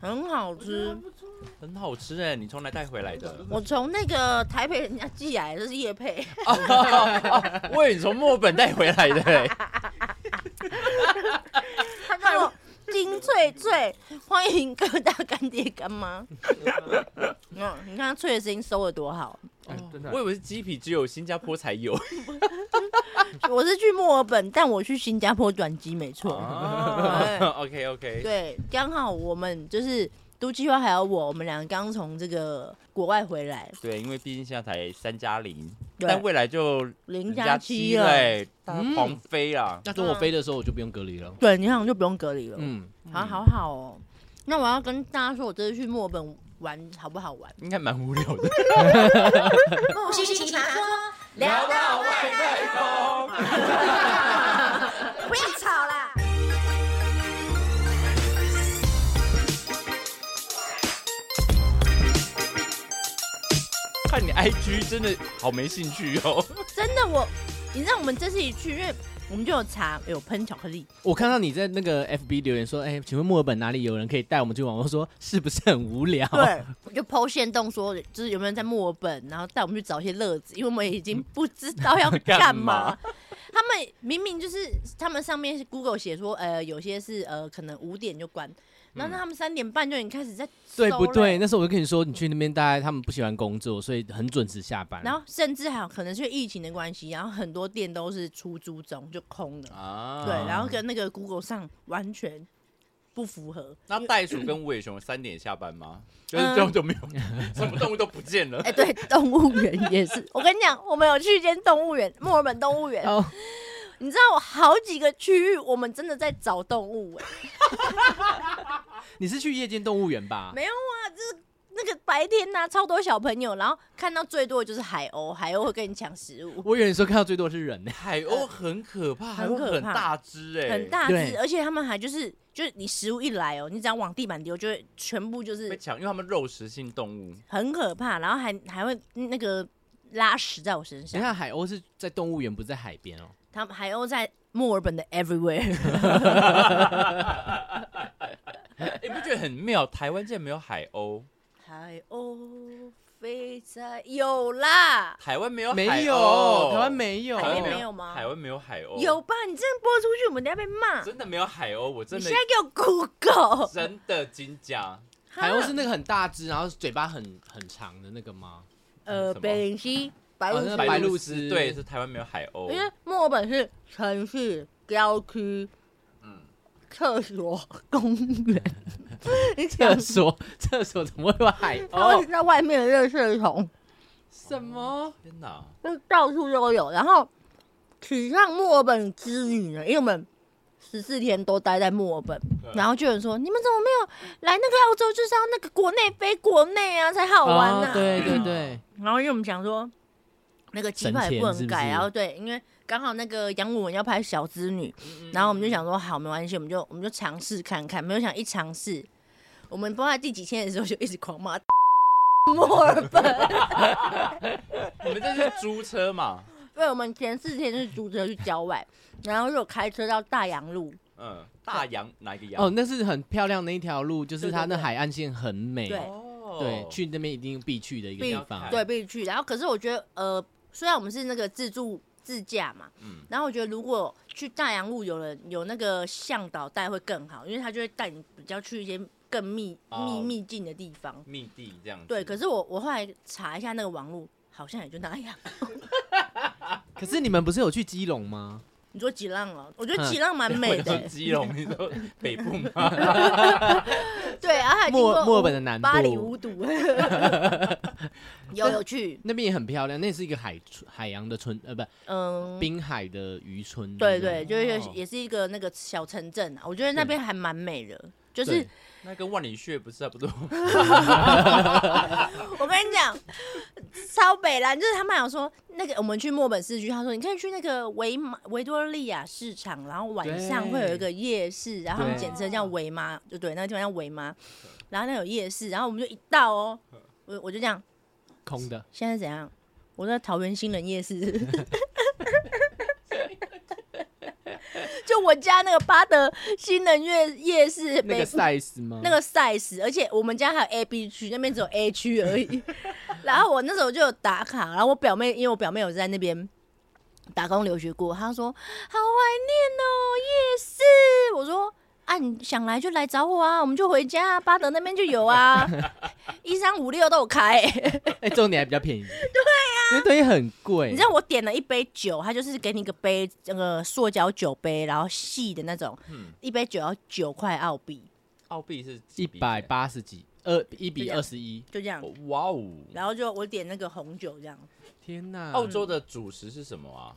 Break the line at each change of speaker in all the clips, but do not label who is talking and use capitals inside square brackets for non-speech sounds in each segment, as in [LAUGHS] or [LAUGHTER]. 很好吃。
很好吃哎，你从哪带回来
[LAUGHS]
的？
我从那个台北人家寄来的，这是叶配，
我以为你从墨尔本带回来的哎。
[LAUGHS] [LAUGHS] 他叫做金脆脆，欢迎各大干爹干 [LAUGHS] 妈。嗯，你看他脆的声音收的多好。
哎真的啊
我以为是鸡皮只有新加坡才有。
我是去墨尔本，但我去新加坡转机，没错。
[LAUGHS]
哎
OK OK，
对，刚好我们就是都计划还有我，我们俩刚从这个国外回来，
对，因为毕竟现在才三加零，但
对，
未来就
零
零
加
七
七
了
了，
哎，大
嗯
狂飞啊！
那等我飞的时候，我就不用隔离了。
对，你好像就不用隔离了。
嗯，
好好好哦。那我要跟大家说，我这次去墨尔本玩好不好玩？
应该蛮无聊的。
[LAUGHS]
不许奇葩说，
聊到外太空。
[LAUGHS]
不要吵啦。
[LAUGHS] 看你 IG 真的好没兴趣哦。
真的我，你知道我们这次一去，因为我们就有查有喷巧克力，
我看到你在那个 FB 留言说，哎，请问墨尔本哪里有人可以带我们去玩？我说是不是很无聊？
对，我就剖线洞说，就是有没有人在墨尔本，然后带我们去找一些乐子，因为我们已经不知道要
干
[LAUGHS] 干
嘛
嘛。他们明明就是他们上面是 Google 写说，呃，有些是呃可能五点就关，然后那他们三点半就已经开始在
[LAUGHS] 对
收
不对？
了？
那时候我就跟你说，你去那边大概他们不喜欢工作，所以很准时下班。
然后甚至还有可能是疫情的关系，然后很多店都是出租中就空的，
啊
对，然后跟那个 Google 上完全不符合。
那袋鼠跟无尾熊三点下班吗？就是动物都没有，什么动物都不见了
嗯 [LAUGHS] 哎、。对，动物园也是。 [LAUGHS] 我跟你讲，我们有去一间动物园，墨尔本动物园。
[LAUGHS] 哦，
你知道，我好几个区域，我们真的在找动物、哎，
你是去夜间动物园吧？
没有啊，就是那个白天呐、超多小朋友，然后看到最多的就是海鸥，海鸥会跟你抢食物，
[LAUGHS] 我有人说看到最多是人呢。 [LAUGHS]
海鸥很可怕，海
很
鸥
可怕
很大只哎，
很大
对
只，而且他们还就是就是你食物一来哦、你只要往地板丢，就会全部就
被
是
抢，因为它们肉食性
[LAUGHS]
动物。
很可怕，然后还还会那个拉屎在我身
等一
上。
下，海鸥是在动物园，不是在海边哦。
他们海鸥在墨尔本的 everywhere，
你不觉得很妙？台湾竟然没有海鸥，
海鸥飞在有啦，
台湾没有海鸥，
没有，台湾没有，
海
台湾
边没有吗
台湾没有海鸥，
有吧？你这样播出去，我们等下被骂。
哦真的没有海鸥，我真
你
的
现在给我 Google，
真的惊讶。
海
啊
鸥是那个很大只，然后嘴巴很很长的那
[LAUGHS]
个吗？
呃
什么
北领西白鹭
哦那
鸶
白鹭
鹭
鸶
对，是台湾没有海鸥
因，为墨尔本是城市、郊区、
嗯
厕所、公
[LAUGHS]
园，你
厕
想
所，厕所怎么会有海
[LAUGHS] 它
哦
会
鸥？
在外面的热水桶，
什么？
天哪，
就到处都有。然后取上墨尔本之旅呢，因为我们十四天都待在墨尔本，
啊
然后就有人说：“你们怎么没有来那个澳洲？就是要那个国内飞国内啊，才好玩呢、
哦对对对，
然后因为我们想说，那个机票也不
省
能
钱是不是
改，然后对，因为刚好那个杨文文要拍小资女，
嗯
然后我们就想说，好，没关系，我们就我们就尝试看看。没有想一尝试，我们不知道在第几天的时候就一直狂骂墨
[LAUGHS]
尔本，
你们这是租车嘛？
因为我们前四天就是租车去郊外，然后又开车到大洋路，
嗯，大洋哪一个洋？
哦，那是很漂亮那一条路，就是
对
它
对
那
对
海岸线很美，
对
哦
对，去那边一定必去的一个地
必
方。
对，必须去。然后可是我觉得，呃，虽然我们是那个自助自驾嘛，
嗯
然后我觉得如果去大洋路有人有那个向导带会更好，因为他就会带你比较去一些更密
哦
密秘境的地方。
密地这样子。
对，可是我我后来查一下那个网路，好像也就那样。 [LAUGHS]
可是你们不是有去基隆吗？
你说吉浪哦，我觉
嗯
得吉浪蛮美
[LAUGHS] 我
的、
说
欸，
基隆，你说北部吗？ [LAUGHS]
对，然后还有经
墨
过
墨尔本
乌
的南
巴黎
部
五
[LAUGHS]
堵，有有去，
那边也很漂亮，那是一个海村海洋的村，呃，不，
[LAUGHS] 嗯，
滨海的渔村。
对
不
对，就是
哦
也是一个那个小城镇啊，我觉得那边还蛮美的，就是
对
那跟万里穴不是差不多？
[LAUGHS] 我跟你讲，超北蓝就是他们想说，那个我们去墨本市区，他说你可以去那个维马维多利亚市场，然后晚上会有一个夜市，然后他们
对
简称叫维妈，就对，那个地方叫维妈，然后那有夜市，然后我们就一到哦，我我就这样，
空的，
现在怎样？我 [LAUGHS] 在桃园新人夜市，就我家那个巴德新能源夜市
那
北
个
部
size 吗？
那个 size，而且我们家还有 A、B 区，那边只有 A 区而已。 [LAUGHS] 然后我那时候就有打卡，然后我表妹，因为我表妹有在那边打工留学过，她说好怀念哦夜市。我说啊，你想来就来找我啊，我们就回家啊，巴德那边就有
[LAUGHS]
啊，一三五六都有开、
哎，重点还比
[LAUGHS]
较便宜。对呀，因为东西很贵。
啊你知道我点了一杯酒，它就是给你一个杯，那个塑胶酒杯，然后细的那种，
嗯
一杯酒要九块澳币，
澳币是
一
几比
百
钱？
八十几，二一
就
比
这
二
样
十一。
就这样。
哇哦！
然后就我点那个红酒这样。
天哪，
哦
澳洲的主食是什么啊？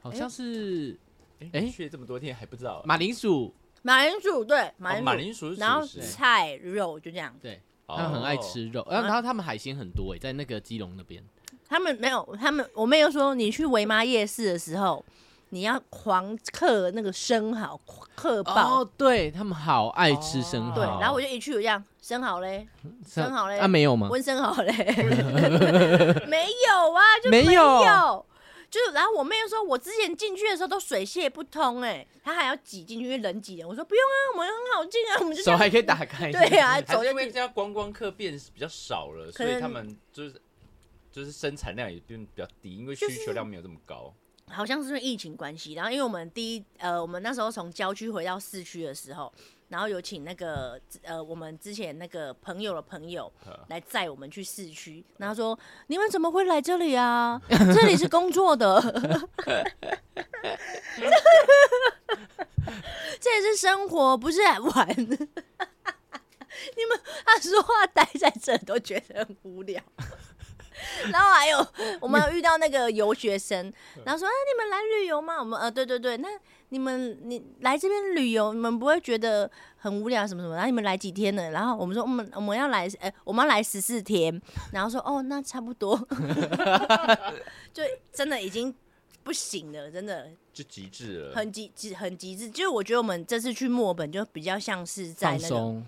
好像是
哎，
哎
你去了这么多天还不知
哎
道啊？
马铃薯，
马铃薯对马
哦
铃薯，
马铃薯是
然后
主食，
菜肉就这样。
对，
哦
他们很爱吃肉，然后然后他们海鲜很多哎，在那个基隆那边。
他们没有，他们我妹又说，你去维妈夜市的时候，你要狂嗑那个生蚝，嗑爆。
哦，对他们好爱吃生蚝。
哦对，然后我就一去我这样，生蚝嘞，生蚝嘞
啊没有吗？
温生
[LAUGHS]
蚝嘞，没有啊，就
没
没
有
就是，然后我妹又说，我之前进去的时候都水泄不通、欸，哎，她还要挤进去，因为人挤人。我说不用啊，我们很好进啊，我们就这
手
样
还可以打开。
对啊，
还
走就
是因为现在观光客变比较少了，所以他们就是就是生产量也变比较低，因为需求量没有这么高。
好像是因为疫情关系，然后因为我们第一呃，我们那时候从郊区回到市区的时候，然后有请那个呃，我们之前那个朋友的朋友
呵
来载我们去市区，然后说你们怎么会来这里啊？这里是工作的，这里是生活，不是来玩。你们他说话待在这里都觉得很无聊。然后还有，我们有遇到那个游学生，
嗯
然后说：“啊，你们来旅游吗？”我们呃，对对对，那你们你来这边旅游，你们不会觉得很无聊什么什么？然后你们来几天呢？然后我们说我们我们要来，呃，我们要来十四天。然后说哦，那差不多， [LAUGHS] 就真的已经不行了，真的
就极致了，
很极极很极致。就是我觉得我们这次去墨尔本就比较像是在
放
那个
松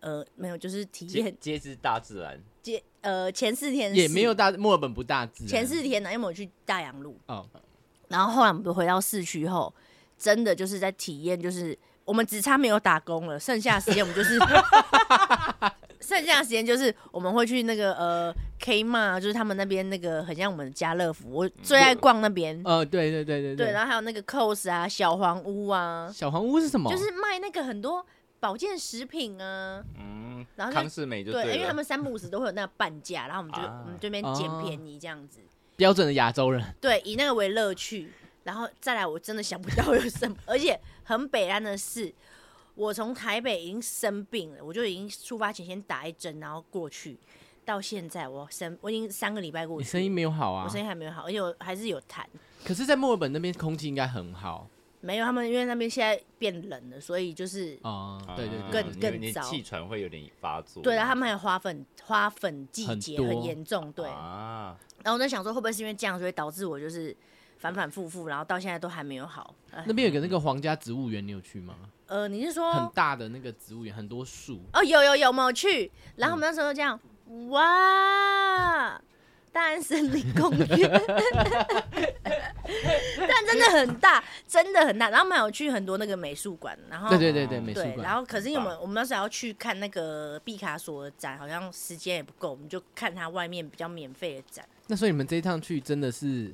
呃没有，就是体
接
验
接之大自然。
接呃前四天
也
是
没有大墨尔本不大自然。
前四天呢，因为我们去大洋路。
哦，
然后后来我们回到市区后，真的就是在体验，就是我们只差没有打工了，剩下的时间我们就是， [LAUGHS] 剩下的时间就是我们会去那个呃 K m a 就是他们那边那个很像我们的家乐福，
嗯
我最爱逛那边。
哦
呃，对对对对
对，然后还有那个 COS 啊，小黄屋啊，
小黄屋是
哦
什么？
就是卖那个很多保健食品啊，
嗯，
然后就
康世美就
对，因为
了
他们三不五时都会有那个半价，然后我们就、
啊
我们这边捡便宜这样子。
标准的亚洲人，
对，以那个为乐趣，然后再来，我真的想不到有什么， [LAUGHS] 而且很北安的是，我从台北已经生病了，我就已经出发前先打一针，然后过去，到现在我生我已经三个礼拜过
你
去，
生意没有好
我
啊
声。音还没有好，而且我还是有痰。
可是，在墨尔本那边空气应该很好
没有，他们因为那边现在变冷了，所以就是、
啊、
啊
对对对，
更
因为
更
你
糟
气喘会有点发作。
对了，他们还有花粉花粉季
很
节
多
很严重，对。
啊，
然后我在想说，会不会是因为这样，所以导致我就是反反复复，然后到现在都还没有好。哎
那边有个那个皇家植物园，你有去吗？
呃，你是说
很大的那个植物园，很多树。
哦，有有有，我们有去。然后我们那时候就这样，哇，大安森林公园，但真的很大，真的很大。然后我们还有去很多那个美术馆，然后
对对对对，美术
哦对，然
馆。
后可是因为我们我们那时候要去看那个毕卡索的展，好像时间也不够，我们就看它外面比较免费的展，
那所以你们这一趟去真的是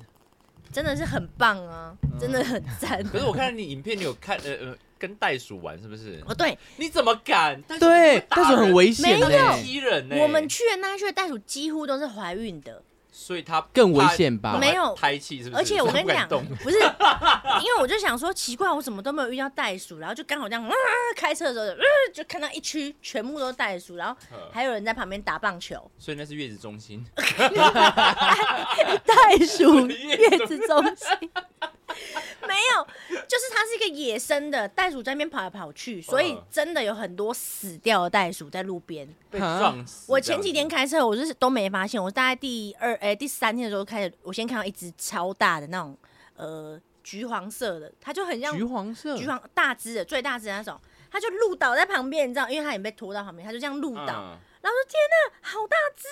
真的是很棒啊，真的很赞。
可是我看你影片，你有看呃呃，跟袋鼠玩是不是？
哦，对，
你怎么敢？袋鼠
对
会，打
但是很
人
危险
没
的、
有
踢人呢、
我们去的那一区的袋鼠几乎都是怀孕的，
所以他
更危险吧
怕
没有
胎气是不是？
而且我跟你
所以
讲，
他不敢动
不是，因为我就想说奇怪，我怎么都没有遇到袋鼠，然后就刚好这样，呃、开车的时候、呃、就看到一区全部都袋鼠，然后
呃
还有人在旁边打棒球，
[LAUGHS] 所以那是月子中心，
袋鼠
月
月子中心。没有，就是它是一个野生的袋鼠，在那边跑来跑去，所以
嗯
真的有很多死掉的袋鼠在路边。
被撞死。
我前几天，开车，我就是都没发现，我大概第二哎、第三天的时候开始，我先看到一只超大的那种呃橘黄色的，它就很像
橘黄色，
橘黄大只的最大只的那种，他就路倒在旁边，你知道，因为他也被拖到旁边，他就这样路倒。
嗯，
然后我说天哪，好大只！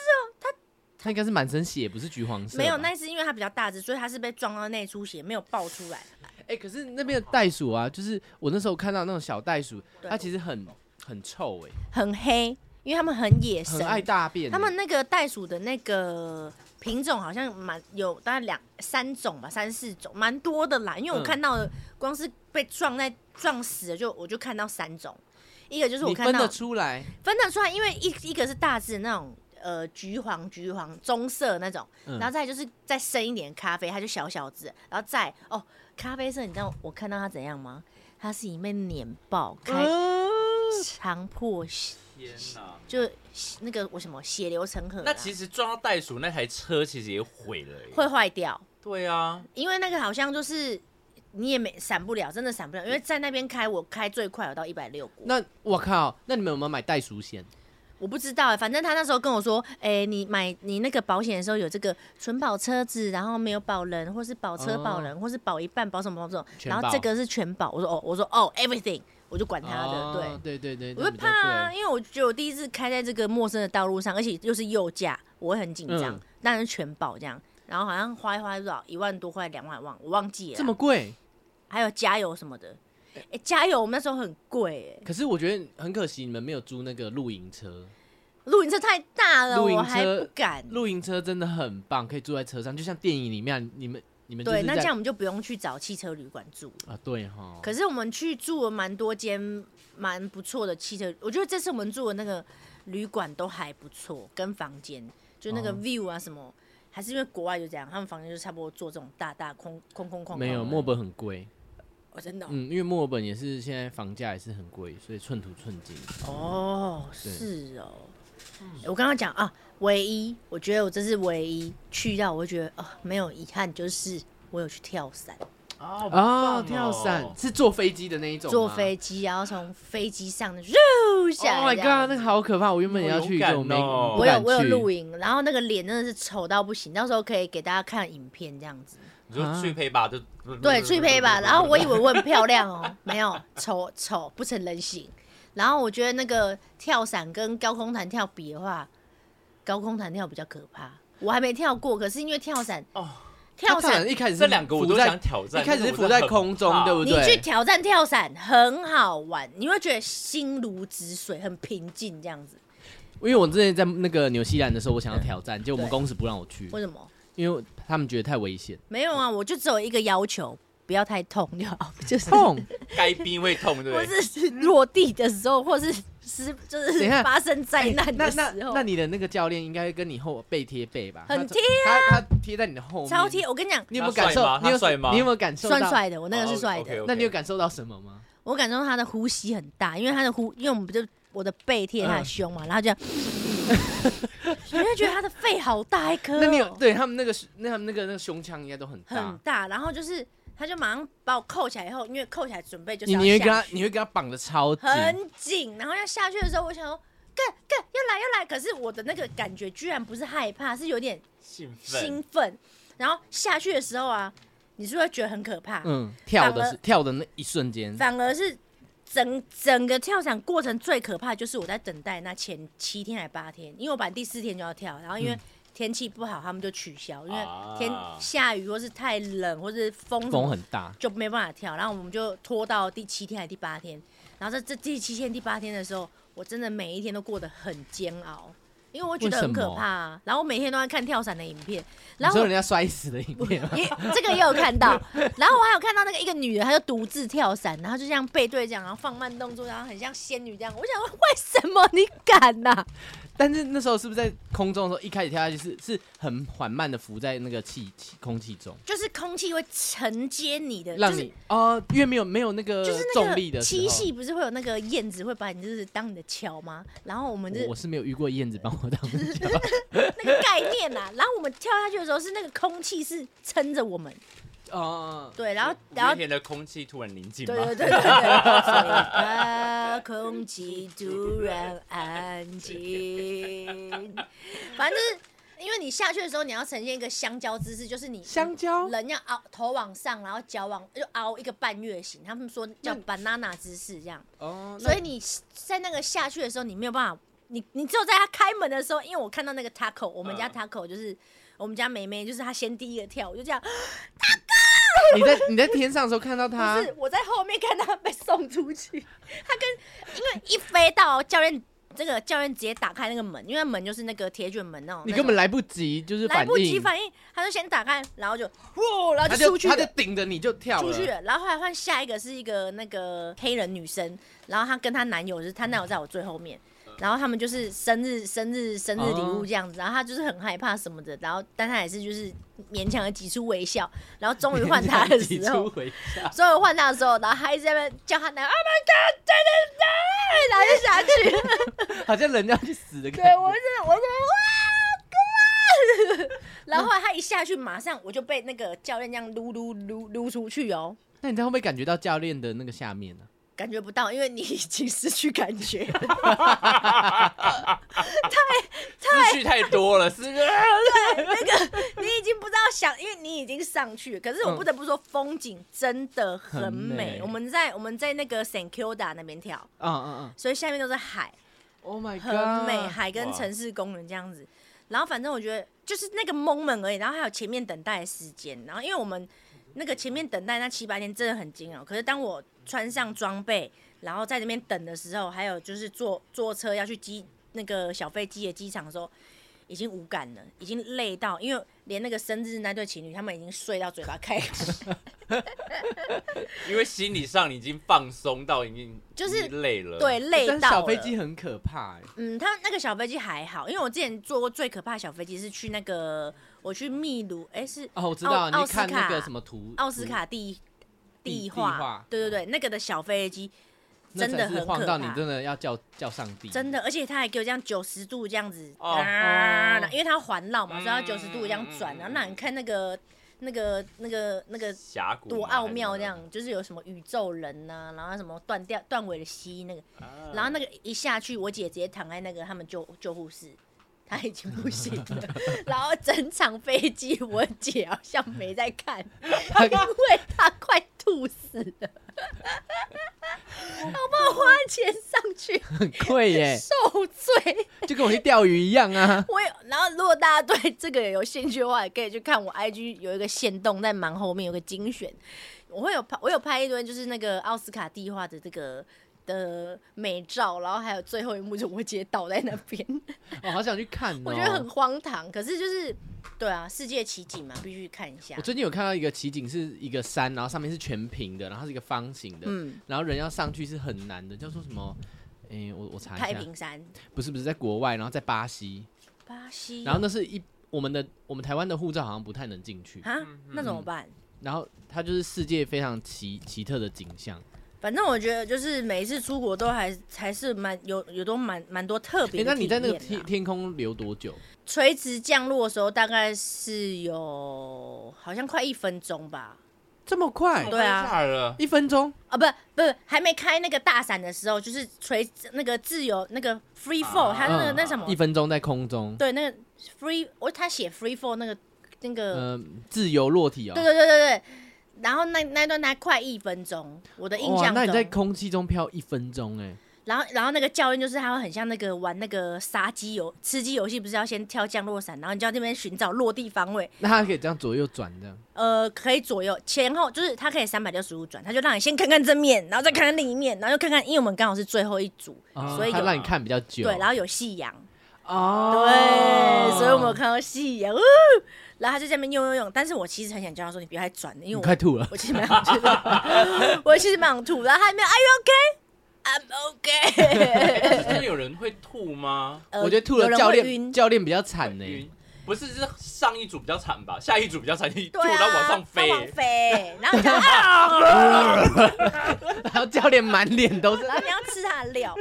它应该是满身血，不是橘黄色吧。
没有，那是因为他比较大只，所以他是被撞到内出血，没有爆出来。
哎、哎、可是那边的袋鼠啊，就是我那时候看到那种小袋鼠，
对
它其实很很臭哎、
很黑，因为他们很野生
很，爱大便欸、
他们那个袋鼠的那个品种好像蛮有大概两三种吧，三四种，蛮多的啦。因为我
嗯
看到的，光是被撞在撞死的就我就看到三种，一个就是我
你
看
分
到
得出来，
分得出来，因为一一个是大致的那种呃橘黄橘黄棕色那种，
嗯
然后再就是再深一点咖啡，它就小小只，然后再哦咖啡色，你知道我看到它怎样吗？它是一面碾爆开
嗯
啊
肠破血，
天哪！
就那个我什么血流成河啦，
那其实撞到袋鼠那台车其实也毁了、欸，
会坏掉，
对啊，
因为那个好像就是你也没闪不了，真的闪不了，因为在那边开我开最快有到一百六过，
那我靠，那你们有没有买袋鼠险？
我不知道、欸，反正他那时候跟我说，哎、你买你那个保险的时候有这个纯保车子，然后没有保人，或是保车
哦
保人，或是保一半保什么保什么，
全
然后
保
这个是全保。我说哦，我说哦，everything，我就管他的，
哦
对。
对对对，
我会
那比较
怕啊，
对
因为我觉得我第一次开在这个陌生的道路上，而且又是右驾，我会很紧张
嗯。
当然是全保这样，然后好像花一花多少一万多块、两万万，我忘记了啦。
这么贵。
还有加油什么的，哎、加油我们那时候很贵哎、
可是我觉得很可惜，你们没有租那个露营车。
露营车太大了，
露营
我还
车
不敢。
露营车真的很棒，可以住在车上，就像电影里面，你们你们就是
对，那
在
这样我们就不用去找汽车旅馆住了。
啊，对哈。
可是我们去住了蛮多间蛮不错的汽车，我觉得这次我们住的那个旅馆都还不错，跟房间就那个
哦
view 啊什么，还是因为国外就这样，他们房间就差不多做这种大大空空空空。
没有
空
墨尔，本很贵，
我真的哦
嗯，因为墨尔本也是现在房价也是很贵，所以寸土寸金。
哦，
对
是哦。我刚刚讲啊，唯一我觉得我这是唯一去到，我会觉得啊没有遗憾，就是我有去跳伞。
啊好棒
哦，
哦
跳伞是坐飞机的那一种吗，
坐飞机，然后从飞机上的咻下
啊 Oh
来
my
这样
god，
子。
那个好可怕！我原本也要去，
好勇敢
就没
哦
不
我有
敢
我有
去
录影，然后那个脸真的是丑到不行，到时候可以给大家看影片这样子。
你说
啊
去陪吧，就
嗯对，去配吧。然后我以为我很漂亮哦，没有，丑丑不成人形。然后我觉得那个跳伞跟高空弹跳比的话，高空弹跳比较可怕。我还没跳过，可是因为跳伞
哦
跳
它当然
伞
一开始是
这两个我
浮
都
在
想挑战，
一开始是浮在空中，对不
你
对？
去挑战跳伞很好玩，你会觉得心如止水，很平静这样子。
因为我之前在那个纽西兰的时候，我想要挑战，结果我们
对
公司不让我去，
为什么？
因为他们觉得太危险，
没有啊，我就只有一个要求，不要太痛就好，就是
痛。
该冰会痛，对
或
不对？
是是落地的时候，或是是就
等
是
一下
发生灾 [LAUGHS] 难
那
的
那
时候，
那你的那个教练应该跟你后背贴背吧？
很
他
贴啊
他他贴在你的后面，
超贴。。我跟你讲，
你有没有
他
感
帅
受
吗？
你有
他帅吗
你有没有感受到？
算帅的，我那个是帅的。
哦，OK，OK，OK
那你有感受到什么吗？
我感受到他的呼吸很大，因为他的呼，因为我们不就我的背贴
嗯
他的胸嘛，然
[LAUGHS]
后这样，你会觉得他的肺好大一颗哦、
那你有对他们那个那他们那个那个胸腔应该都很
很
大。
大，然后就是他就马上把我扣起来以后，因为扣起来准备就是
你
要
你会
下
跟他你会跟他绑的超紧，
很紧，然后要下去的时候，我想说。干干要来要来，可是我的那个感觉居然不是害怕，是有点
兴
兴
奋，
奋。然后下去的时候啊，你是不是觉得很可怕？
嗯，跳
反
的
而
是跳的那一瞬间，
反而是整整个跳伞过程最可怕，就是我在等待那前七天还八天，因为我本来第四天就要跳，然后因
嗯
为天气不好，他们就取消，因为
啊
天下雨或是太冷或是风什么
风很大。
就没办法跳，然后我们就拖到第七天还是第八天，然后在这第七天、第八天的时候，我真的每一天都过得很煎熬，因为我觉得很
为什
可
么
怕、啊。然后我每天都在看跳伞的影片，然后
你说
我
人家摔死的影片吗？
也这个也有看到，然后我还有看到那个一个女人，她就独自跳伞，然后就这样背对这样，然后放慢动作，然后很像仙女这样。我想说，为什么你敢啊呐、
[LAUGHS] 但是那时候是不是在空中的时候，一开始跳下去是是很缓慢的浮在那个气气空气中，
就是空气会承接你的，
让你哦，因为没有没有那个
就是。就是
重
那
力
个
的时
七
候
夕不是会有那个燕子会把你就是当你的桥吗？然后我们就是
我我是没有遇过燕子帮我当
[LAUGHS]
跳，
那个概念呐、然后我们跳下去的时候是那个空气是撑着我们，
哦，
对，然后然
那
后
天的空气突然宁静
对
吗？
对对对对，啊，空气突然安
[LAUGHS]
静，反正就是因为你下去的时候你要呈现一个香蕉姿势，就是你
香蕉
人要凹头往上，然后脚往就凹一个半月形，他们说叫 banana 姿势这样。
嗯哦，那
所以你在那个下去的时候，你没有办法，你你只有在他开门的时候，因为我看到那个 taco，我们家
嗯
taco 就是、我们家梅梅，就是她先第一个跳，我就这样 taco，
你在你在天上的时候看到他
不，是，我在后面看他被送出去，他跟因为一飞到教练，这个教练直接打开那个门，因为门就是那个铁卷门那种，
你
那
根本
种
来不及，就是
来
反
不及
应，
反应，他就先打开，然后就呼，然后
他
就出
就
去
他就
了。
顶着你就跳
出去
[LAUGHS] 了，
了，然后后来换下一个是一个那个黑人女生，然后她跟她男友就是她男友在我最后面，然后他们就是生日生日生日礼物这样子，然后她就是很害怕什么的，然后但她也是就是勉强的挤出微笑，然后终于换她的
[LAUGHS] 挤
时候
出，回家，
所以我换他的时候，然后他一直在那边叫他男友，Oh my God，对对对，然后就下去。
好像人要去死的感
对我
觉。
真的，我真的哇，哥啊！然后后来他一下去，马上我就被那个教练这样撸撸撸撸出去哦，
那你这样会不会感觉到教练的那个下面呢？
感觉不到，因为你已经失去感觉。 [LAUGHS] 哎
思绪太多了，
[LAUGHS]
思绪。
你已经不知道想，因为你已经上去了。可是我不得不说，风景真的嗯很
很
美。
美
我们在我们在那个 San Kilda 那边跳，
啊啊啊
所以下面都是海，
！Oh my
很美，
god！
海跟
哇
城市公园这样子。然后反正我觉得就是那个 moment 而已，然后还有前面等待的时间。然后因为我们那个前面等待那七八天真的很煎熬，可是当我穿上装备，然后在那边等的时候，还有就是坐坐车要去机那个小飞机的机场的时候。已经无感了，已经累到，因为连那个生日那对情侣，他们已经睡到嘴巴
[LAUGHS]
开，
因为心理上你已经放松到已经
就是
已经累了，
对，，累
但是
到
小飞
了
机很可怕欸，
嗯，它那个小飞机还好，因为我之前坐过最可怕的小飞机是去那个我去秘鲁，哎、是
哦，我知道，
奥
你看那个什
么
么图，
奥斯卡地地画，对对对，那个的小飞机
嗯那
真的
才是
很
晃
可
到你
怕。
真的要叫叫上帝， [LAUGHS]
真的，而且它还给我这样九十度这样子，
哦
啊
哦
因为它环绕嘛，所以它九十度这样
嗯
转，
嗯嗯
然后让你看那个那个那个那个
峡谷
多
嘛
奥妙这，
还
样，就是有什么宇宙人呐、然后什么断掉断尾的蜥那个，
是啊
然后那个一下去，我姐直接躺在那个他们救救护室，她已经不行了。 [LAUGHS] 然后整场飞机，我姐好像没在看，因为她快吐死了。 [LAUGHS] 我帮我花钱上去
很贵耶，
受罪。
就跟我去钓鱼一样
[LAUGHS]。
啊
我有，然后如果大家对这个有兴趣的话，也可以去看我 IG 有一个线动在蛮后面有个精选，我会有拍，我有拍一堆就是那个奥斯卡地画的这个的美照，然后还有最后一幕就我姐倒在那
[LAUGHS]
边，
我好想去看哦。
我觉得很荒唐，可是就是对啊，世界奇景嘛，必须看一下
我。最近有看到一个奇景，是一个山，然后上面是全平的，然后它是一个方形的，
嗯，
然后人要上去是很难的，叫做什么？诶，我我查
太
一下，
平山，
不是不是在国外，然后在巴西，
巴西，
然后那是一我们的我们台湾的护照好像不太能进去，
啊，那怎么办？
然后它就是世界非常奇奇特的景象。
反正我觉得就是每一次出国都还还是蛮有有都蛮蛮多特
诶，
别的
那
体验啊、
你在那个天天空留多久？
垂直降落的时候，大概是有好像快一分钟吧。
这么快
哦
对啊
太吓人了，
[LAUGHS]
一分钟？
啊，不不，还没开那个大伞的时候，就是垂那个自由那个 free fall，、
啊
它那个
嗯
那什么
一，分钟在空中，
对，那个 free，我他写 free fall 那个那个，
嗯，自由落体哦。
对对对对对。然后那那段大概快一分钟，我的印
哇，
象
那你在
中。
空气中飘一分钟，哎，
然后然后那个教练就是他会很像那个玩那个杀鸡游吃鸡游戏，不是要先跳降落伞，然后你就要那边寻找落地方位，
那它可以这样左右转这样。
呃，可以左右前后，就是它可以三百六十度转，它就让你先看看正面，然后再看看另一面，然后又看看，因为我们刚好是最后一组，
啊
所以
它
有
让你看比较久，
对，然后有夕阳，
哦，
对，所以我们有看到夕阳，呜哦然后他就在那边用用用，但是我其实很想叫他说你不要再转了，因为
你
我
快吐了，
我其实蛮想吐的，我其实蛮想吐，然后他那边 Are you OK? I'm OK
但是真的有人会吐吗？
呃。
[LAUGHS] 我觉得吐了
有人
教
会
练
晕，
教练比较惨呢、
晕，不是，是上一组比较惨吧，下一组比较惨，你吐
对
然
啊，
后往上
它往
飞，
飞，然后你就啊
[LAUGHS] 然后教练满脸
[LAUGHS]
都是，
然后你要吃它的 [LAUGHS] 料。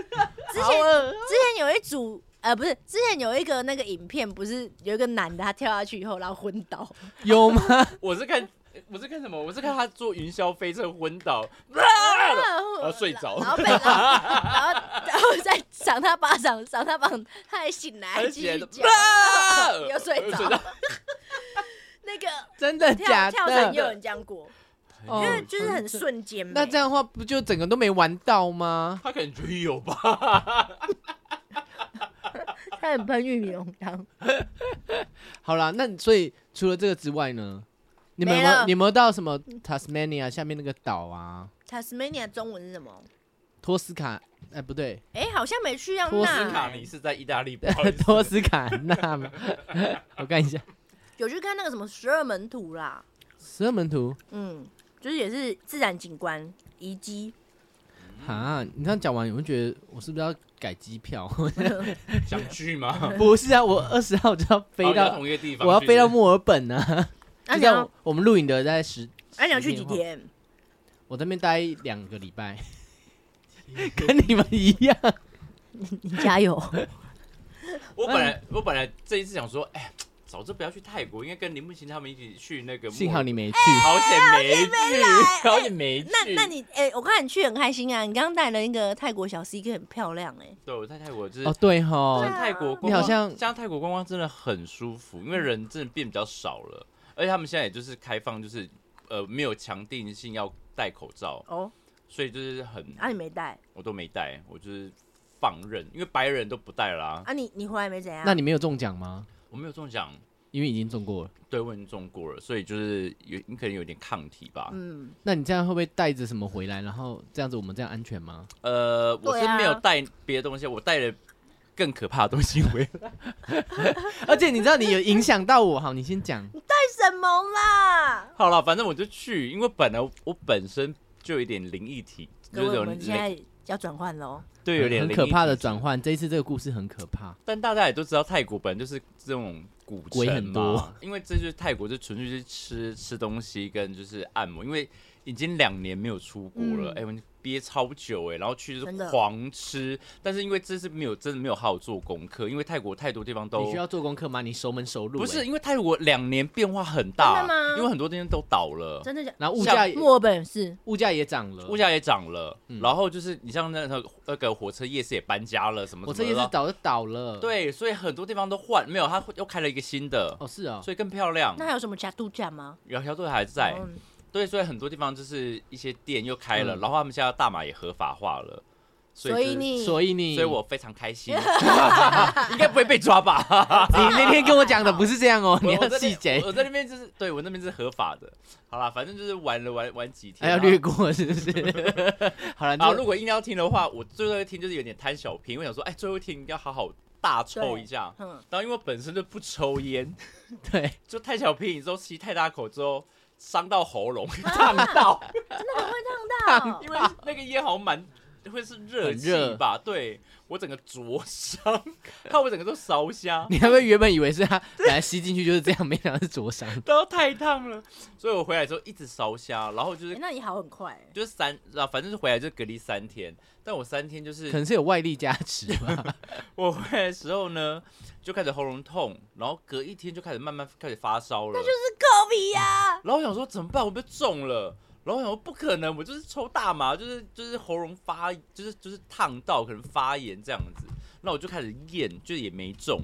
之
好
前
恶
之前有一组，呃，不是，之前有一个那个影片，不是有一个男的他跳下去以后，然后昏 [LAUGHS] 倒，
有吗？
我是看。我是看什么？我是看他坐云霄飞车昏
[LAUGHS]
倒，啊
啊然
后睡着
然后被，然 [LAUGHS] 后然后然后再赏他巴掌，赏他巴掌，他还醒来，
而
继续
且
讲，
啊
[LAUGHS] 又睡着
又着。
那个
[LAUGHS] 真的
跳
假
跳绳也有
的？
人这样过，因
呃
哦
为就是很瞬间嘛。
那这样的话，不就整个都没玩到吗？
他可能觉得有吧，
他很喷玉米浓汤，
好啦，那所以除了这个之外呢？你们有没
没
有
了
你有没有到什么 Tasmania 下面那个岛啊？
Tasmania 中文是什么？
托斯卡？哎，不 [LAUGHS] 对，
哎、好像没去要
托斯
斯卡
那，
尼是在意大利，不好
[LAUGHS]
意思
托斯卡纳 [LAUGHS] 吗？我看一下，
有去看那个什么十二门徒啦，
十二门徒
嗯，就是也是自然景观遗迹。
啊！你这样讲完，你会觉得我是不是要改机票？
想去
[LAUGHS]
吗？ [LAUGHS]
不是啊，我二十号就要
哦
飞
你要
到，
同一个地方去，
我要飞到墨尔本啊！
那、
就
你要
像，我们录影的在十，
那、你要去几
10后？
天？
我在那边待两个礼拜， [LAUGHS] 跟你们一样。
你加油！
我本
嗯
来我本来这一次想说，哎，早知不要去泰国，应该跟林木琴他们一起去那个。
幸好你，没去，
好险没去，好险没
[LAUGHS]
去。
那那你哎、我看你去很开心啊，你刚刚带了一个泰国小 CK，很漂亮哎、
对我在泰国就是
哦，对
像
对
哈，
啊
泰国观光，
你好像
像泰国观光真的很舒服，因为人真的变比较少了，而且他们现在也就是开放，就是呃没有强定性要戴口罩，
哦，
所以就是很
啊你没带
我都没戴，我就是放任，因为白人都不戴啦、
啊你你回来没怎样？
那你没有中奖吗？
我没有中奖，
因为已经中过了。
对，我已经中过了，所以就是有你可能有点抗体吧。
嗯，
那你这样会不会带着什么回来？然后这样子我们这样安全吗？
呃，我
对
是
啊
没有带别的东西，我带了更可怕的东西回来。 [LAUGHS]
而且你知道你有影响到我，好，你先讲。
带什么啦？
好了，反正我就去，因为本来我我本身就有一点灵异体，
各
就是
位，
有
我们现
灵
在要转换喽。
对有点
很
灵
可
异
怕
体
的
质
转换。这一次这个故事很可怕，
但大家也都知道，泰国本来就是这种古城
鬼很多
嘛，因为这就是泰国，就纯粹是吃吃东西跟就是按摩，因为已经两年没有出国了，
嗯
哎、我憋超久哎、然后去就
真
是
的
狂吃，但是因为这次没有真的没有好好做功课，因为泰国太多地方都
你需要做功课吗？你熟门熟路、
不是
欸，
因为泰国两年变化很大
真的吗，
因为很多地方都倒了，
真的假？
然后物
像
价
哎
也
墨尔本是
物价也涨了，
物价也涨了，
嗯
然后就是你像那个那个火车夜市也搬家了，什么
我
什
这
么
也是
的，
倒就倒了。，
对，所以很多地方都换，没有，他又开了一个新的。
哦是哦，
所以更漂亮。
那还有什么假度假吗？
苗条队还在，
嗯
对，所以很多地方就是一些店又开了，
嗯
然后他们现在大麻也合法化了，
所
所以就是
以你
所以你
所以我非常开 [LAUGHS] 心，应该不会被抓 [LAUGHS] 吧？
你那天跟我讲的不是这样哦，你
[LAUGHS] 我
要
我在那
细节
我，我在那边就是对我那边是合法的。好啦，反正就是玩了玩玩几天，
[LAUGHS] 还要
然后
略。过是不是？
[LAUGHS]
好了，
好，
就
如果硬要听的话，我最后一听就是有点贪小便宜，我想说，哎，最后一听一定要好好大抽一下。 [LAUGHS]
嗯，
然后因为我本身就不抽烟，
对，
就太小便宜之后吸太大口之后伤到喉咙，烫到。
那很会 [LAUGHS] 烫到。
因为那个烟好像蛮会是热气吧？对我整个灼伤，看我整个都烧瞎，
你还会原本以为是他本来吸进去就是这样，没想到是
[LAUGHS]
灼伤。
都太烫了，所以我回来之后一直烧瞎，然后就
哎
是
那你好很快欸，
就是三啊，反正是回来就隔离三天，但我三天就
可
是
能是有外力加持吧， [LAUGHS]
我回来的时候呢，就开始喉咙痛，然后隔一天就开始慢慢开始发烧了，
是啊狗皮呀。
然后我想说怎么办，我被中了。然后我想说不可能，我就是抽大麻，就是就是喉咙发，就是就是烫到，可能发炎这样子。那我就开始验，就也没中。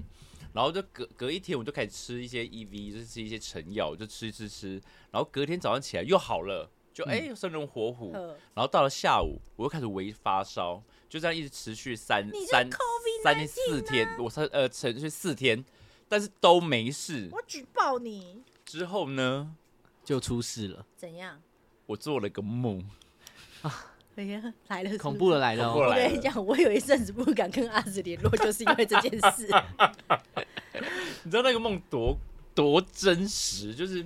然后就隔隔一天，我就开始吃一些 EV，就是吃一些成药，就吃吃吃。然后隔天早上起来又好
嗯
了，就哎、生龙活虎。
呃
然后到了下午，我又开始微发烧，就这样一直持续三
你就是
三
COVID-19
三天四天，我三呃持续四天，但是都没事。
我举报你，
之后呢，
就出
[LAUGHS]
事了，
怎样？ [LAUGHS]
我做了个梦。
哎呀，来了，
恐怖的。来了
恐怖
哦。
了
我跟你讲，我有一阵子不敢跟阿紫联络，就是因为这件事。
你知道那个梦多多真实，就是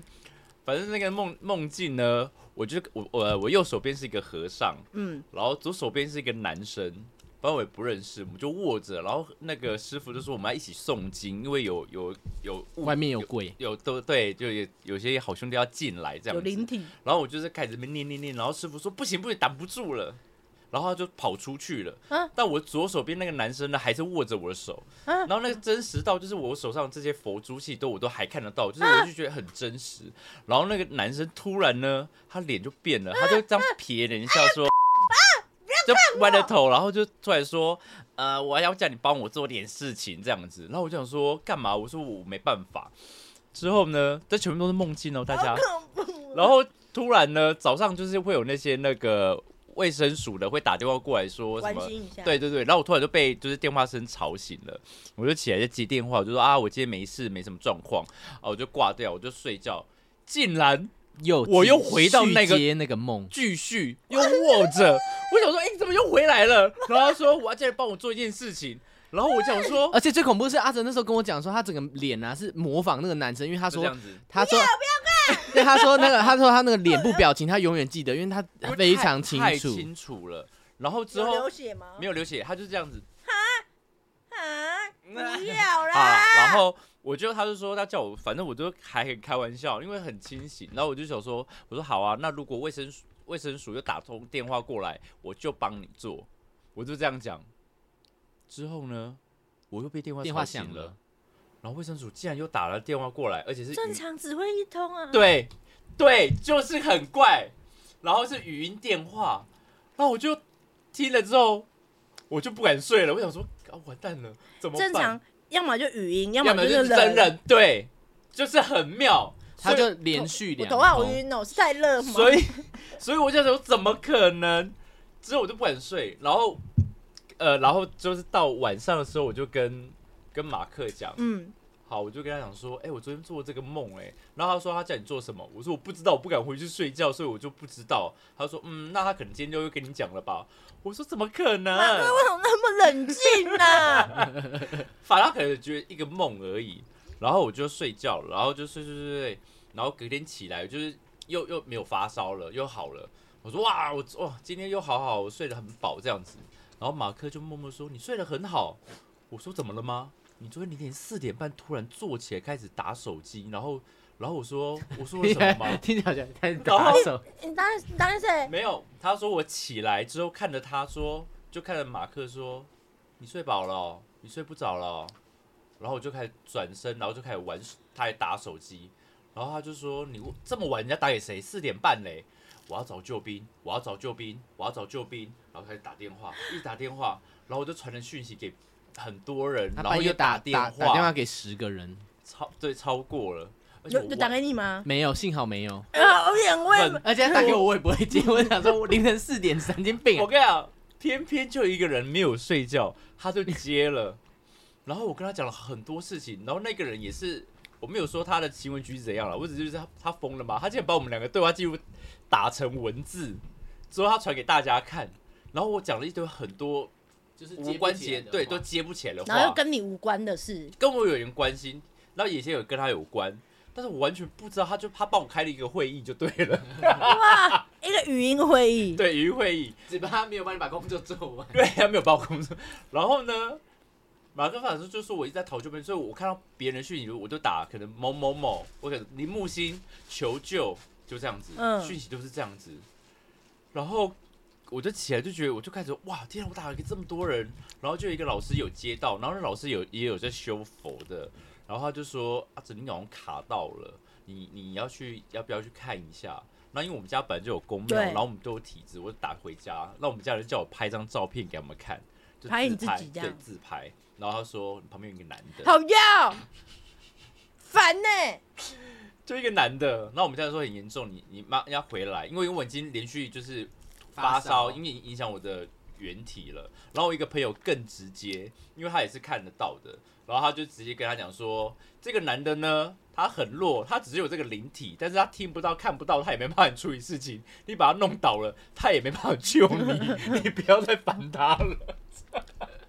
反正那个梦梦境呢，我就我我我右手边是一个和尚，
嗯，
然后左手边是一个男生，反正我也不认识，我们就握着，然后那个师傅就说我们要一起诵经，因为有有有物
外面有鬼，
有都对，就有有些好兄弟要进来这
有
样子
灵体，
然后我就是开始在那边念念念，然后师傅说不行不行，挡不住了，然后他就跑出去了。
啊
但我左手边那个男生呢，还是握着我的手。
啊
然后那个真实到就是我手上这些佛珠器都我都还看得到，就是
啊
我就觉得很真实。然后那个男生突然呢，他脸就变
啊
了，他就这样撇脸一下说。就歪了头，然后就突然说：“呃，我要叫你帮我做点事情，这样子。”然后我就想说干嘛？我说我没办法。之后呢，这全部都是梦境哦，大家。
啊
然后突然呢，早上就是会有那些那个卫生署的会打电话过来说什
关
么。
心一下。
对，对对，然后我突然就被就是电话声吵醒了，我就起来就接电话，我就说啊，我今天没事，没什么状况，啊，我就挂掉，我就睡觉，竟然
又
我又回到那个
续接那个梦，
继续又握
[LAUGHS]
着。我想说，哎、你怎么又回来了？然后他说，我要叫你帮我做一件事情。然后我想说，
而且最恐怖的是阿哲那时候跟我讲说，他整个脸啊是模仿那个男生，因为 [LAUGHS] 他
他这
说
样子，
他说不要看，对他说那个他说他那个脸部表情他永远记得，因为他
因为
非
太
常清
太
楚。
清楚了。然后之
有
后
流血吗？
没有流血，他就这样子
啊，不要
啊
啦！。
然后我就他就说他叫我，反正我就还很开玩笑，因为很清醒。然后我就想说，我说好啊，那如果卫生署卫生署又打通电话过来，我就帮你做，我就这样讲。之后呢，我又被电话
电话
吵醒
响了
了，然后卫生署竟然又打了电话过来，而且是语
正常只会一通啊。，
对对，就是很怪。然后是语音电话，然后我就听了之后，我就不敢睡了。我想说，啊，完蛋了，怎么办？
正常要么就语音，要
要
么
么
是
就是真。人，啊对，就是很妙。
他
所
就
以
连续
我
两
头啊，我
通？
晕了，我是太热吗？
所以 [LAUGHS] 所以我就想说，怎么可能？之后我就不敢睡，然后呃，然后就是到晚上的时候，我就跟跟马克讲，
嗯，
好，我就跟他讲说，哎、我昨天做这个梦，哎，然后他说他叫你做什么，我说我不知道，我不敢回去睡觉，所以我就不知道。他说，嗯，那他可能今天就又跟你讲了吧？我说怎么可能？
马哥为什么那么冷静呢？
反正他可能觉得一个梦而已。然后我就睡觉了，然后就睡睡睡睡，然后隔天起来就是又又没有发烧了，又好了。我说哇，我哇今天又好好，我睡得很饱这样子。然后马克就默默说你睡得很好。我说怎么了吗？你昨天凌晨四点半突然坐起来开始打手机，然后然后我说我说了什么吗
听起来好像在打手，
你当然当然谁？
没有，他说我起来之后看着他说，就看着马克说，你睡饱了哦、你睡不着了哦、然后我就开始转身，然后就开始玩，他还打手机，然后他就说你这么晚人家打给谁？四点半嘞，我要找救兵，我要找救兵，我要找救兵，然后开始打电话，一直打电话，然后我就传了讯息给很多人，
他
然后
半
又
夜打
电
打打电话给十个人，
超对超过了，而且
有
我
有打给你吗？
没有，幸好没
[LAUGHS]
有。
啊，我眼位
很
而且他打给我，我也不会接。我想说，我凌晨四点，神经病
我
啊！
跟你讲，偏偏就有一个人没有睡觉，他就接了。 [LAUGHS] 然后我跟他讲了很多事情，然后那个人也是，我没有说他的行为举止怎样了，我只是就是他他疯了嘛，他竟然把我们两个对话记录打成文字，之后他传给大家看，然后我讲了一堆很多
就是
无关节对都接不起来的
然后又
话，
跟你无关的事，
跟我有点关心，然后也些有跟他有关，但是我完全不知道，他就他帮我开了一个会议就对
[LAUGHS]
了，
哇，一个语音会议，
对，语音会议，
只怕他没有帮你把工作做完。
对，他没有报工作。然后呢，马克法师就说我一直在逃救兵，所以我看到别人的讯息，我就打可能某某某，我可能林木星求救，就这样子，
嗯
讯息都是这样子。然后我就起来就觉得，我就开始哇，天啊，我打了一个这么多人，然后就有一个老师有接到，然后那老师有也有在修佛的，然后他就说阿哲、你好像卡到了，你你要去要不要去看一下？那因为我们家本来就有公庙，
对
然后我们都有体质，我就打回家，那我们家人叫我拍张照片给他们看，就
拍你
自
自己这
对
样
自拍。然后他说旁边有一个男的，
好要烦呢。
就一个男的，那我们家人说很严重，你你妈要回来，因为因为我已经连续就是发
发烧
烧，因为影响我的原体了。然后我一个朋友更直接，因为他也是看得到的，然后他就直接跟他讲说，这个男的呢，他很弱，他只是有这个灵体，但是他听不到、看不到，他也没办法处理事情。你把他弄倒了，他也没办法救你，你不要再烦他了，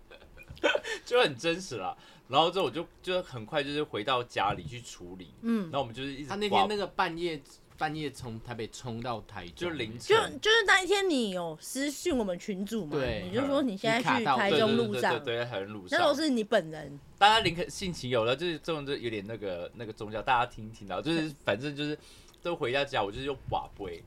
[LAUGHS] 就很真实啦。然后之后我就就很快就是回到家里去处理，
嗯
然，后我们就是一直
他那
刮
天那个半夜半夜从台北冲到台中，
就凌
就
晨。
就是那一天你有私讯我们群主嘛，
对
你就说你现在去台
对
中
对对
路
对
上
对，对，在台中路
那
上，
都是你本人，
大家宁可信其有了，就是这种就有点那个那个宗教，大家听一听到，就是反正就是都回到家，我就是用瓦杯。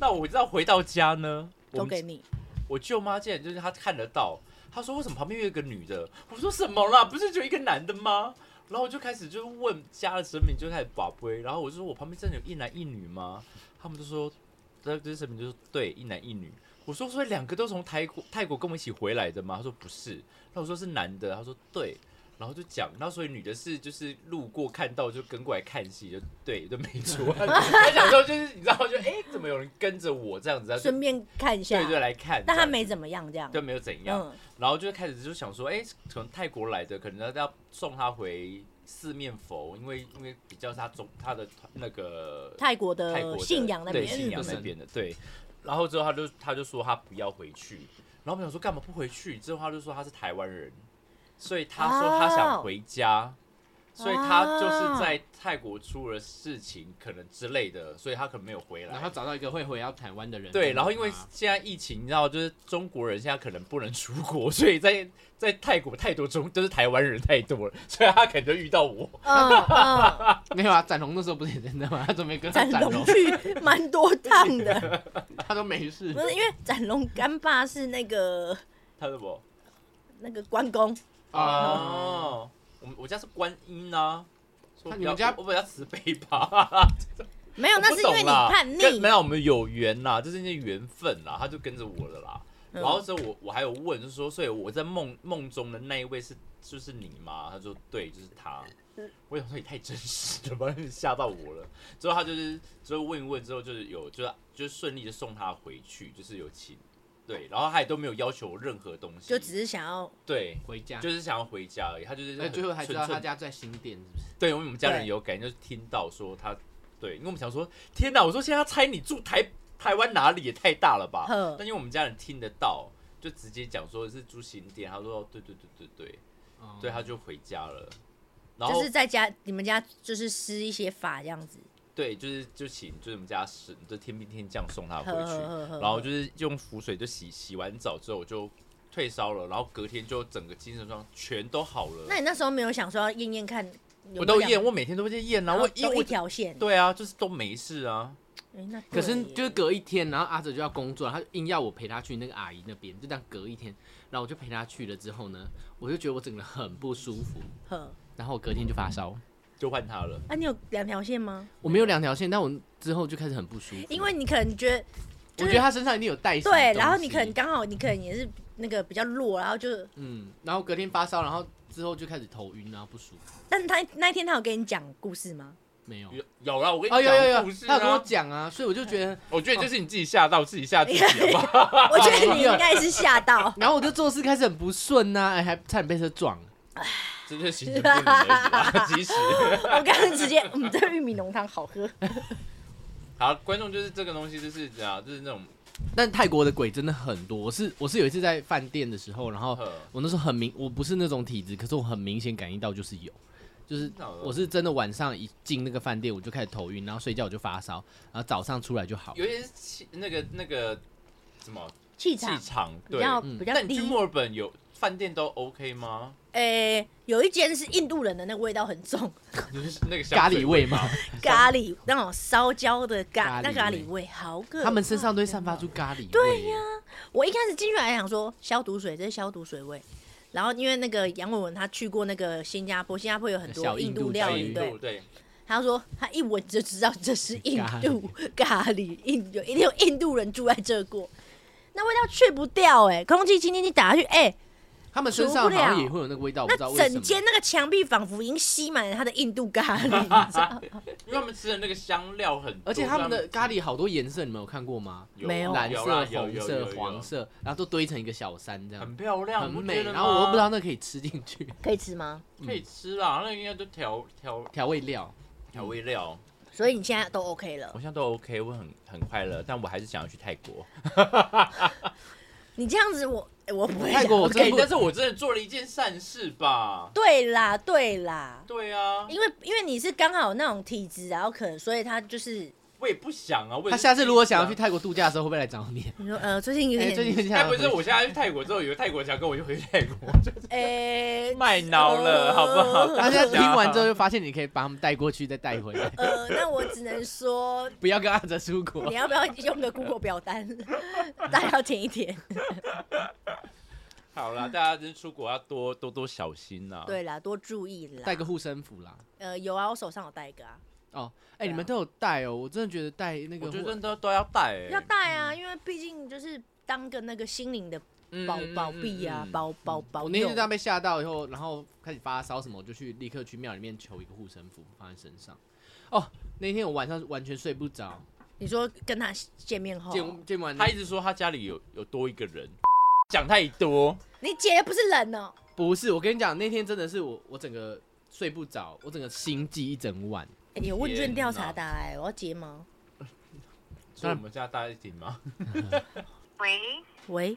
那我知道回到家呢，我
都
们
给你。
我舅妈竟然就是她看得到，她说为什么旁边有一个女的？我说什么啦？不是就一个男的吗？然后我就开始就是问家的神明，就开始把杯，然后我就说我旁边真的有一男一女吗？他们就说，那这神明就说对，一男一女。我说所以两个都从泰国泰国跟我一起回来的吗？他说不是，那我说是男的，他说对。然后就讲，那所以女的是就是路过看到就跟过来看戏，就对，就没错。 [LAUGHS] 他想说就是你知道就哎、怎么有人跟着我这样子，他啊就
顺便看一下
对，对来看，
但
这
他
样
没怎么样，这样
就，没有怎样。
嗯，
然后就开始就想说，哎、可能泰国来的，可能要送他回四面佛，因为因为比较是他中他的那个
泰国
泰国的
的信仰那边，
对信仰那边的对。然后之后他就他就说他不要回去，然后我们想说干嘛不回去？之后他就说他是台湾人，所以他说他
哦
想回家，所以他就是在泰国出了事情可能之类的，所以他可能没有回
然后
来。
找到一个会回到台湾的人。
对，然后因为
啊
现在疫情，你知道，就是中国人现在可能不能出国， [LAUGHS] 所以在在泰国太多中，就是台湾人太多了，所以他可能就遇到我。
嗯嗯，
[LAUGHS] 没有啊，展龙那时候不是也在那吗？他准备跟他
展
展
龙
哦
龙，
去蛮多趟
[LAUGHS]
的，
他都没事
不。是因为展龙干爸是那个
他是我
那个关公，
啊哦，
啊
哦，啊我们我家是观音啊。说
看
比
你们
较
家
我比较慈悲吧，
没有，那是因为你叛
我不懂啦 [LAUGHS] 跟
逆
没，有我们有缘啦，这是因为缘分啦，他就跟着我了啦。
嗯
然后之后我我还有问，就是说，所以我在梦梦中的那一位是就是你吗？他说对，就是他。我想说也太真实了吧，吓到我了。之后他就是之后问一问之后，就是有就是就是顺利的送他回去，就是有请对，然后他也都没有要求我任何东西，
就只是想要
对，
回家，
就是想要回家而已。他就是
那
很
哎最后还知道
纯粹
他家在新店，是不是？
对，因为我们家人
对
有感，就是听到说他，对，因为我们想说，天哪，我说现在他猜你住台台湾哪里也太大了吧？
呵
但因为我们家人听得到，就直接讲说是住新店，他说哦对对对对对，
哦
对，他就回家了。然后、
就是在家你们家就是施一些法这样子，
对，就是就请就是我们家神，就天兵天将送他回
呵
去，
呵呵呵
然后就是用符水就洗洗完澡之后我就退烧了，然后隔天就整个精神状全都好了。
那你那时候没有想说要验验看？有
我都
两
验，我每天都会去验啊，
然
我
后
因为
都一
我
条线。
对啊，就是都没事啊。
哎那
可
对
是
耶
就是隔一天，然后阿哲就要工作，他就硬要我陪他去那个阿姨那边，就这样隔一天，然后我就陪他去了之后呢，我就觉得我整个人很不舒服，
呵
然后我隔天就发烧，
就换他了。
啊，你有两条线吗？
我没有两条线，但我之后就开始很不舒服，
因为你可能觉得
我觉得他身上一定有带什么
对，
东
然后你
西
可能刚好你可能也是那个比较弱，然后就，
嗯，然后隔天发烧，然后之后就开始头晕，然后不舒服，
但是他那一天他有跟你讲故
[LAUGHS]
事吗？
没有。
有有啦，我跟
哦，
你
有
讲
有有
故，事啊
他有跟我讲啊，所以我就觉得，，
我觉得就是你自己吓到自己吓自己，好
[LAUGHS]
不好？
我觉得你应该是吓到
然后我就做事开始很不顺呐、哎，还差点被车撞。
这就是行程不能而已啦。其实，
[LAUGHS] 我刚刚直接，嗯，这玉米浓汤好喝，
好，观众就是这个东西，就是这样，就是那种
但泰国的鬼真的很多，我是我是有一次在饭店的时候，然后
呵
我那时候很明，我不是那种体质，可是我很明显感应到就是有，就是
真的哦
我是真的晚上一进那个饭店我就开始头晕，然后睡觉我就发烧，然后早上出来就好。
有点是气那个那个什么
气
气
场
场
比
对。
较
嗯
比较
那你去
低。
墨尔本有饭店都 OK 吗？
诶，有一间是印度人的那个味道很重，
就是那个香
咖
水
喱味嘛，
咖喱那种烧焦的
咖
咖
喱
那咖
味
喱味，好可怕。
他们身上都会散发出咖喱味。对呀、
我一开始进去还想说消毒水，这是消毒水味。然后因为那个杨伟文他去过那个新加坡，新加坡有很
小
多
印
印
度
度
料
料
对
理
理，
印
对
度，对，
他说他一闻就知道这是印度咖喱，印有一定有印度人住在这过，那味道去不掉哎、空气清新剂打下去哎、
他们身上好
除不了
像也会有那个味道，我不
那
知道为什么。
整间那个墙壁仿佛已经吸满了他的印度咖喱，你
[LAUGHS]
知道
因为他们吃的那个香料很多，
而且他们的咖
喱
喱好多颜色，你们有看过吗？
没有
蓝
哦有啦
色、
有
红
有有
色、
有
黄色，然后都堆成一个小山这
很
样，
漂亮，
很
你不
美。
觉得
然后我又
吗
不知道那可以吃进去 [LAUGHS]
可以吃吗？
可以吃啦，那应该都调调
调味料，
调味料。
嗯
所以你现在都 OK 了
我，现在都 OK，我很很快乐，但我还是想要去泰国。
你这样子我、哎我不会
泰国我
想
真
哎、
的不
但是我真的做了一件善事吧？
对啦对啦，
对啊，
因为因为你是刚好那种体质，然后可能所以他就是
我也不想啊。我也
他
是
下次如果想要去
自己
泰国度假的时候，会不会来找你？
你说呃最近 [LAUGHS] 有
哎，
点
最近很
想，
想
哎，不
要回去。
是，我现在去泰国之后，有泰国小哥，我就回去泰
[LAUGHS]
国，就是
哎
卖脑了，好不好？大
他现
[LAUGHS]
在
家
听完之后，就发现你可以把他们带过去，再带回来，
呃，那我只能说
不要跟阿哲出国
你。要不要
[LAUGHS]
用个 Google 表单， [LAUGHS] 大家要填一填？
好了，大家就是出国要多多多小心呐、啊。
对啦，多注意啦。
带个护身符啦。
呃，有啊，我手上有带一个啊，
哦，哎，
对啊
你们都有带哦，我真的觉得带那个
我
护
觉得都都要带、欸，
要带啊，
嗯
因为毕竟就是当个那个心灵的
嗯
保保庇啊，。保保保
我嗯那天
佑
就这。样被吓到以后，然后开始发烧什么，我就去立刻去庙里面求一个护身符放在身上。哦，那天我晚上完全睡不着，
你说跟他见面后，
见见完
嗯他一直说他家里有有多一个人，讲太多，
你姐不是人哦，
不是，我跟你讲，那天真的是我我整个睡不着，我整个心悸一整晚。
哎有问
天
卷
哪
调查打来，我要接吗？
所以我们家大家一起听吗？
喂，
喂，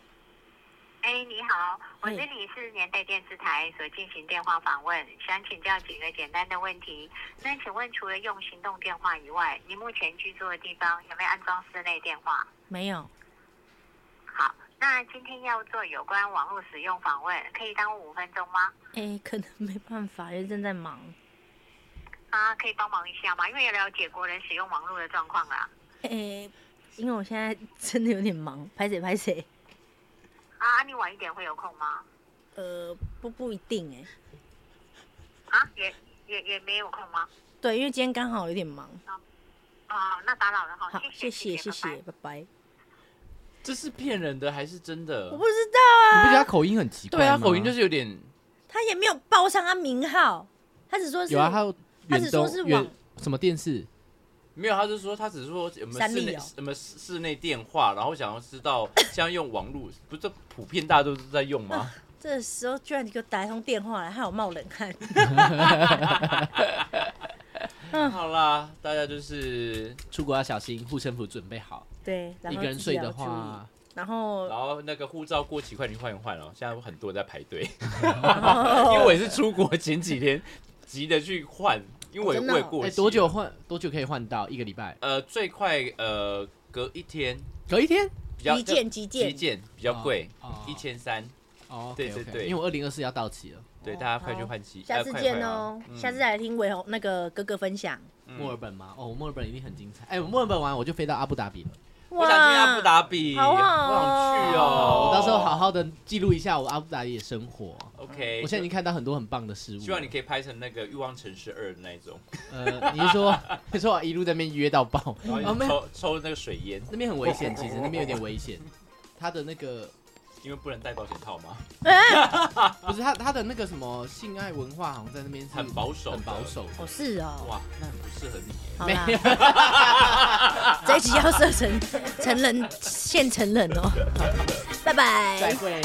哎，你好，我
嘿
这里是年代电视台所进行电话访问，想请教几个简单的问题。那请问，除了用行动电话以外，你目前居住的地方有没有安装室内电话？
没有，
好，那今天要做有关网络使用访问，可以耽误五分钟吗？
哎，可能没办法，因为正在忙。
啊，可以帮忙一下吗？因为也了解国人使用网络的状况啊啦。
哎，因为我现在 [LAUGHS] 真的有点忙，拍谁拍谁。
啊，你晚一点会有空吗？
呃，不不一定哎、
啊，也也也没有空吗？
对，因为今天刚好有点忙。
啊，那打扰了哈
好，，谢
谢
谢谢
谢拜拜
谢，拜拜。
这是骗人的还是真的？
我不知道
你不觉得他
啊，
口音很奇怪
对啊，
吗？
口音就是有点
他也没有报上他名号，他只说是
有啊，他有
他只
远
说
东
是
远
网
什么电视？
没有，他就说他只是说有没有
三
室
立
内
哦
什么室室内电话，然后想要知道现在用网络，不是普遍大家都是在用吗？
这时候居然给我打一通电话来，害我冒冷汗。
[LAUGHS] 好啦，大家就是，
出国要小心，护身符准备好。
对，然
一
后
个人
自己
睡
要
的
注意
话，
然后
然后那个护照过期，快点换一换哦。现在有很多人在排
[LAUGHS]
队，因为
然
我
后
也是出国前几天急着去换，因为我也
哦真的哦
我也过
哎、
期了
多久？换？多久可以换到？一个礼拜？
呃，最快呃隔一天
隔一天？
比较
急件急
急
件，
件比较贵
哦哦，
一千三。
哦，
对
OK，OK
对对
因为我二零二四要到期了，
对，
哦
大家快去
好
换机，
下
呃
次
快
见
换啊
哦，
嗯
下次再来听伟鸿那个哥哥分享。
嗯
墨尔本吗？哦，墨尔本一定很精彩。哎、墨尔本完我就飞到阿布达比了，
我想去阿布达比，
好哦好
想去
哦
哦。
我到时候好好的记录一下我阿布达比的生活。
OK，
我现在已经看到很多很棒的事物了。
哎希望你可以拍成那个《欲望城市二》的那一种，
呃，你是说 [LAUGHS] 你说我一路在那边约到爆？
然
哦，
后
没有，
抽抽那个水烟，
那边很危险，其实那边有点危险。他的那个
因为不能戴保险套嘛，
不是他他的那个什么性爱文化，好像在那边是
很保守的
很保守的。
哦，是哦，
哇，那很不适合你耶。
好啦， [LAUGHS] 这一集要设成成人现成人哦，拜拜，
再会。